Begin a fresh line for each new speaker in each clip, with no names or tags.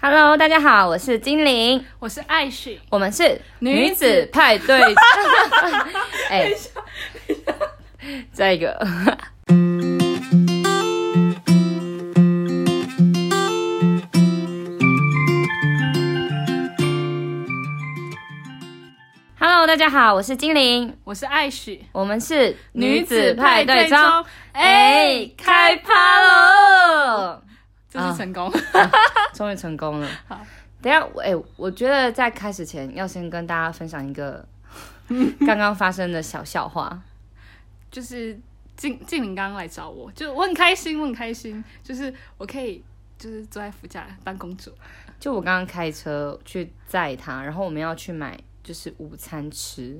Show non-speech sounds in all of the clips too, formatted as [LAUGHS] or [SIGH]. Hello，大家好，我是精灵，
我是艾许，
我们是
女子
派
[LAUGHS]
对。哎，再一个，Hello，大家好，我是精灵，
我是艾许，
我们是
女子派
中，哎、开趴喽！
这是成功。
终于成功了。
好，
等一下，我哎、我觉得在开始前要先跟大家分享一个刚刚发生的小笑话。
[LAUGHS] 就是静静玲刚刚来找我，就我很开心，我很开心，就是我可以就是坐在副驾当公主。
就我刚刚开车去载他，然后我们要去买就是午餐吃，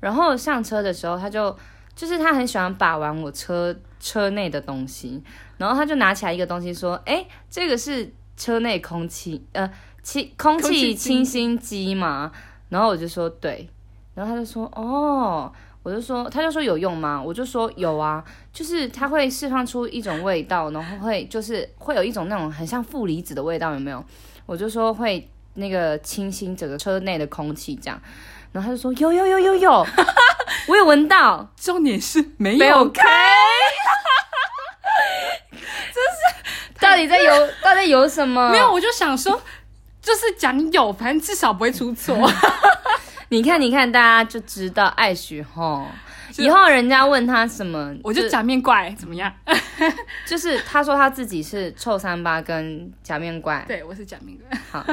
然后上车的时候他就就是他很喜欢把玩我车车内的东西，然后他就拿起来一个东西说：“哎、这个是车内空气呃气空
空
气
气
清
清
新机嘛？”然后我就说：“对。”然后他就说：“哦。”我就说，他就说有用吗？我就说有啊，就是它会释放出一种味道，然后会就是会有一种那种很像负离子的味道，有没有？我就说会那个清新整个车内的空气这样，然后他就说有有有有有，
[LAUGHS]
我有闻到，
重点是没
没有 [LAUGHS]
有
开，真是到底在
[LAUGHS]
游到底在游什么？
没有，，我就想说，就是讲有，反正至少不会出 [LAUGHS] 错。
你看你看，大家就知道艾许吼，
就
以后人家问他什么，
我就假面怪怎么 [LAUGHS] 样？
就是他说他自己是臭三八跟假面怪，
对，我是假面怪。 [LAUGHS]
好，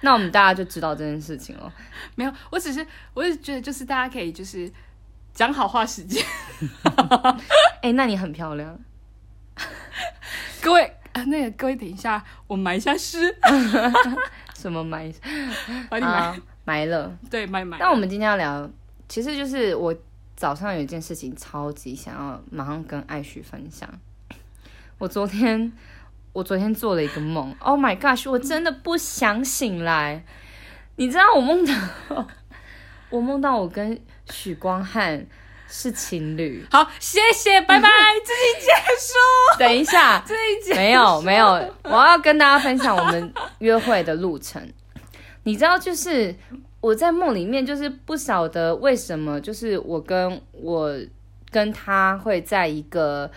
那我们大家就知道这件事情了。
没有，我只是我是觉得就是大家可以就是讲好话时间。
哎、那你很漂亮，
各位 [LAUGHS] 啊，那个各位等一下，我埋一下 [LAUGHS] 诗，
什么埋
把你埋、
啊埋了。
对埋埋。
那我们今天要聊，其实就是我早上有一件事情超级想要马上跟艾许分享。我昨天，我昨天做了一个梦，Oh my gosh！我真的不想醒来。你知道我梦到， [LAUGHS] 我梦到我跟许光汉是情侣。
好，谢谢，拜
嗯
拜，这一结束，
等一下，
这一集
没有没有，我要跟大家分享我们约会的路程。你知道，就是我在梦里面，就是不晓得为什么，就是我跟我跟他会在一个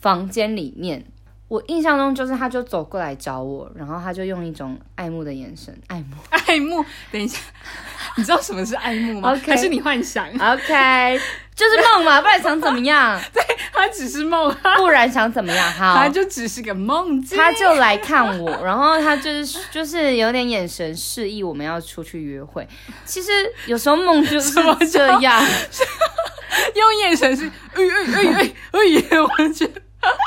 房间里面。我印象中就是，他就走过来找我，然后他就用一种爱慕的眼神，爱慕。
爱慕。等一下， [LAUGHS] 你知道什么是爱慕吗
OK
还是你幻想？
OK，就是梦嘛，不然想怎么样？
它只是梦，
不然想怎么样？好，
它就只是个梦境。
他就来看我，然后他就是 [LAUGHS] 就是有点眼神示意我们要出去约会。其实有时候梦就是
什么叫
这样，
用眼神是，哎哎哎哎哎，我去，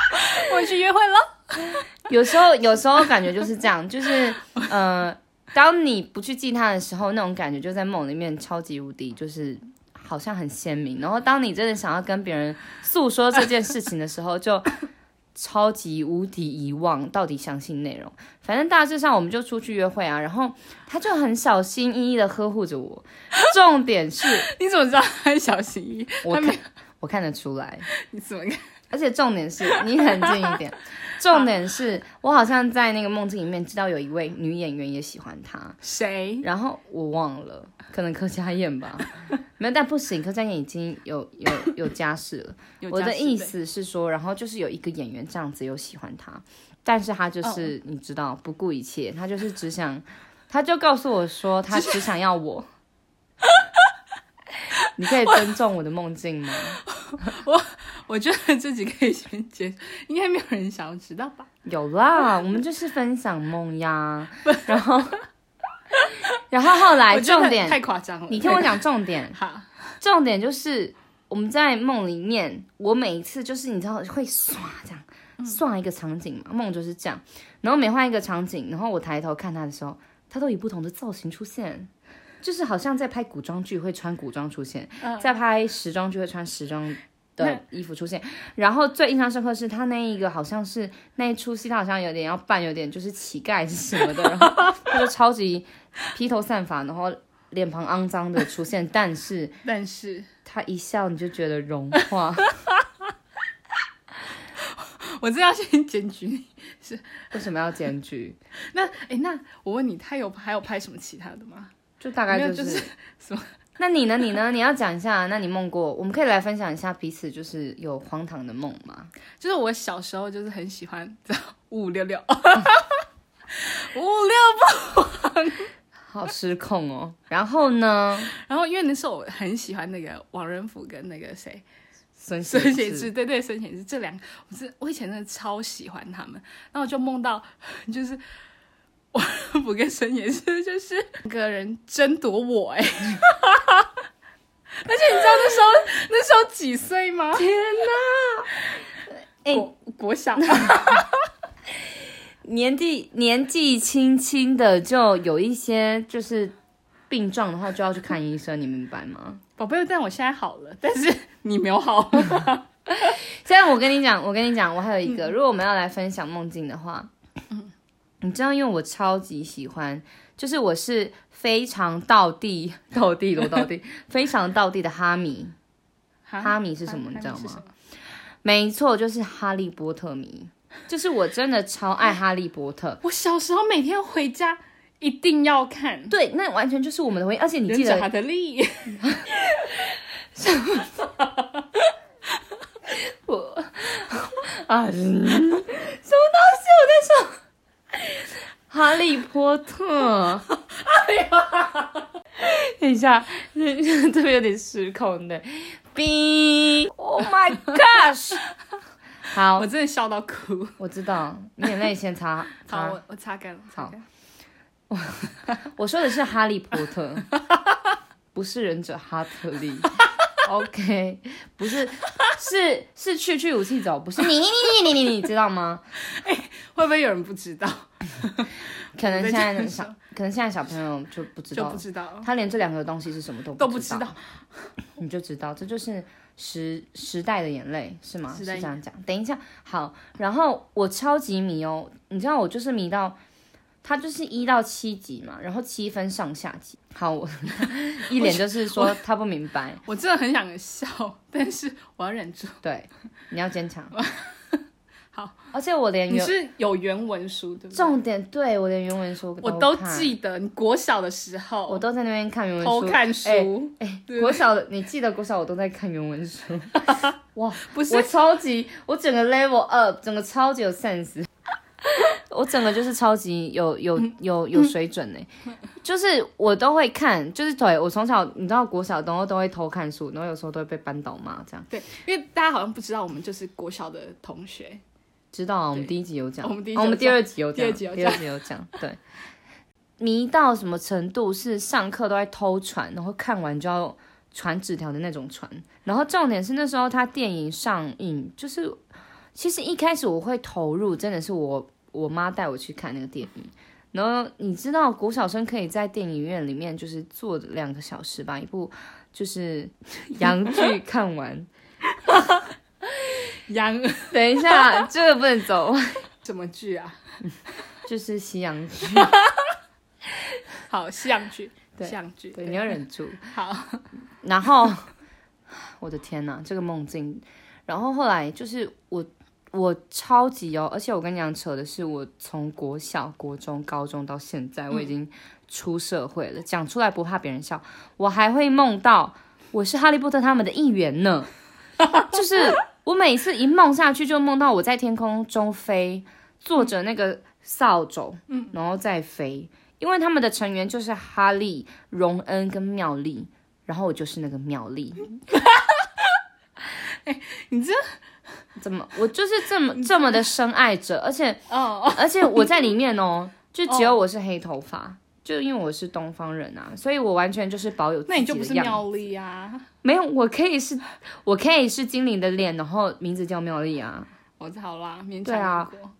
[LAUGHS] 我去约会了。
有时候有时候感觉就是这样，就是呃，当你不去记他的时候，那种感觉就在梦里面超级无敌，就是好像很鲜明。然后当你真的想要跟别人诉说这件事情的时候，就。超级无敌遗忘，到底详细内容，反正大致上我们就出去约会啊，然后他就很小心翼翼的呵护着我。重点是
你怎么知道他是小心翼翼？
我
他
看 [LAUGHS]
没，
我看得出来，
你怎么看？
而且重点是你冷静
[LAUGHS]
一点。重点是我好像在那个梦境里面知道有一位女演员也喜欢他，
谁？
然后我忘了，可能柯佳燕
[LAUGHS]
吧，没有，但不行，柯佳燕已经有有有家室了。
[LAUGHS] 有
我
家
的
室
意
对，
思是说，然后就是有一个演员这样子有喜欢他，但是他就是、
哦
你知道不顾一切，他就是只想，他就告诉我说他只想要
[LAUGHS]
我。你可以尊重我的梦境吗？
我觉得自己可以先结束，应该没有人想要知道吧？
[LAUGHS] 有啦，我们就是分享梦
[LAUGHS]
呀，然后， [LAUGHS] 然后后来
我觉得
哎重点，
太夸张了。
你听我讲重点，
好，
重点就是我们在梦里面，我每一次就是你知道会刷这样刷一个场景嘛，梦就是这样，然后每换一个场景，然后我抬头看他的时候，他都以不同的造型出现。就是好像在拍古装剧会穿古装出现，在拍时装剧会穿时装的衣服出现。然后最印象深刻是他那一个好像是那一出戏，他好像有点要扮有点就是乞丐什么的，然后他就超级披头散发，然后脸庞肮脏的出现，但是
但是
他一笑你就觉得融化，
我真的要先检举你。
[LAUGHS] 为什么要检举？
[LAUGHS] 那哎、诶那我问你，他有还有拍什么其他的吗？
就大概
没有
就是、
就是什
么。 [LAUGHS] 那你呢？你呢？你要讲一下，那你梦过？我们可以来分享一下彼此就是有荒唐的梦吗？
就是我小时候就是很喜欢这 [LAUGHS] 五六六，五六。
好失控哦。然后呢？
然后因为那时候我很喜欢那个王仁甫跟那个谁
孙
孙
贤
贤
志
志，对对，孙贤志这两个，我是我以前真的超喜欢他们。然后我就梦到就是王仁甫跟孙贤志就是两个人争夺我 [LAUGHS] 哎、而且你知道那时候那时候几岁吗？
天哪！哎、
[LAUGHS] 国国小，
年纪年纪轻轻的就有一些就是病状的话，就要去看医生，你明白吗？
宝贝，但我现在好了，但是
[LAUGHS]
你没有好。
现在我跟你讲，我跟你讲，我还有一个，如果我们要来分享梦境的话，你知道，因为我超级喜欢，就是我是非常道地道地罗道地，非常道地的哈迷，
[LAUGHS] 哈
哈迷是什么
哈
你知道
哈迷
吗
是什么
没错，就是哈利波特迷，就是我真的超爱哈利波特。
我小时候每天回家一定要看。
对，那完全就是我们的回忆，而且你记
忍
得
者哈德利，
啊，嗯什么东西？我在说哈利波特。等一下，这这边有点失控的。b o h my gosh！好
我，真的笑到哭。
我知道，你眼泪先擦
好，
擦。
我我擦干了。擦
好
干了，
我说的是哈利波特，不是忍者哈特利。OK，不是，是是去去武器走，不是你你你你你你，你知道吗？
会不会有人不知道？
可能现在
我在
的
讲
小
什，
可能现在小朋友就不知
就
道
不，知道，
他连这两个东西是什么都
都
不
不
知
知
道，
道。
你就知道，这就是时时代的眼泪，是吗？是
时
这
代
样讲。等一下，好，然后我超级迷哦，你知道我就是迷到，他就是一到七集嘛，然后七分上下集。好，
[LAUGHS]
我一脸就是说他不明白，
我真的很想笑，但是我要忍住。
对，你要坚强。
[LAUGHS] 好，
而且我连
你
原
是有原文书对不对？
重点，对我连原文书
我
都
都
看，
记得，你国小的时
我
候
都在那边看原文
偷
书。
看书，
[LAUGHS] 哎、
对
国小的你记得国小我都在看原 [LAUGHS] 文书，哇，
不是
我超级，我整个 level up，整个超级有 sense，我嗯整个就是超级有有有有水准呢、就是我都会看，就是对我从小你知道国小的时候都会偷看书，然后有时候都会被班导骂这样，
对，因为大家好像不知道我们就是国小的同学。
知道啊？我们第一集有讲，
我们第一集
哦我们
有
第二集有
第
讲，
二集有
第二集有讲，对。迷到什么程度？是上课都在偷传，然后看完就要传纸条的那种传。然后重点是那时候他电影上映，就是其实一开始我会投入，真的是我我妈带我去看那个电影。然后你知道国小生可以在电影院里面就是坐两个小时吧，一部就是 [LAUGHS] 洋剧看完。
杨
等一下，这个不能走， [LAUGHS]
什么剧啊？
就是西洋剧。
[LAUGHS] 好，西洋剧，
对
西洋剧。
对，你要忍 [LAUGHS] 住。
好，
然后， [SIGHS] 我的天呐，这个梦境。然后后来就是我，我超级哦，而且我跟你讲，扯的是我从国小、国中、高中到现在，我已经出社会了，讲出来不怕别人笑，我还会梦到我是哈利波特他们的一员呢。 [LAUGHS] 就是我每次一梦下去，就梦到我在天空中飞，坐着那个扫帚，嗯，然后再飞。因为他们的成员就是哈利、荣恩跟妙丽，然后我就是那个妙
[LAUGHS]
丽。
哎你这
怎么？我就是这么这么的深爱着，而且
哦，
而且我在里面哦，就只有我是黑头发，就因为我是东方人啊，所以我完全就是保有自
那
己
你就不
的
是
样子。
妙丽啊？
没有，我可以是，我可以是精灵的脸，然后名字叫妙丽啊。
我好啦，勉
对啊
强过。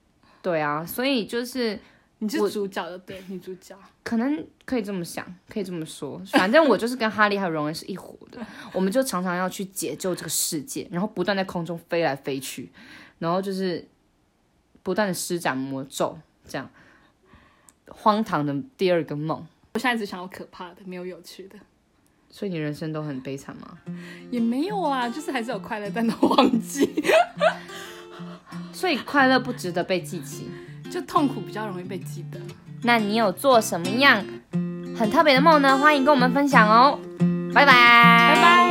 对啊，所以就是
你是
我
主角的，对，女主角。
可能可以这么想，可以这么说，反正我就是跟哈利还有荣恩是一伙的， [LAUGHS] 我们就常常要去解救这个世界，然后不断在空中飞来飞去，然后就是不断的施展魔咒，这样荒唐的第二个梦。
我现在只想要可怕的，没有有趣的，
所以你人生都很悲惨吗？
也没有啊，就是还是有快乐，但都忘记。
所以快乐不值得被记起。
就痛苦比较容易被记得。
那你有做什么样很特别的梦呢？欢迎跟我们分享哦。拜拜，
拜拜。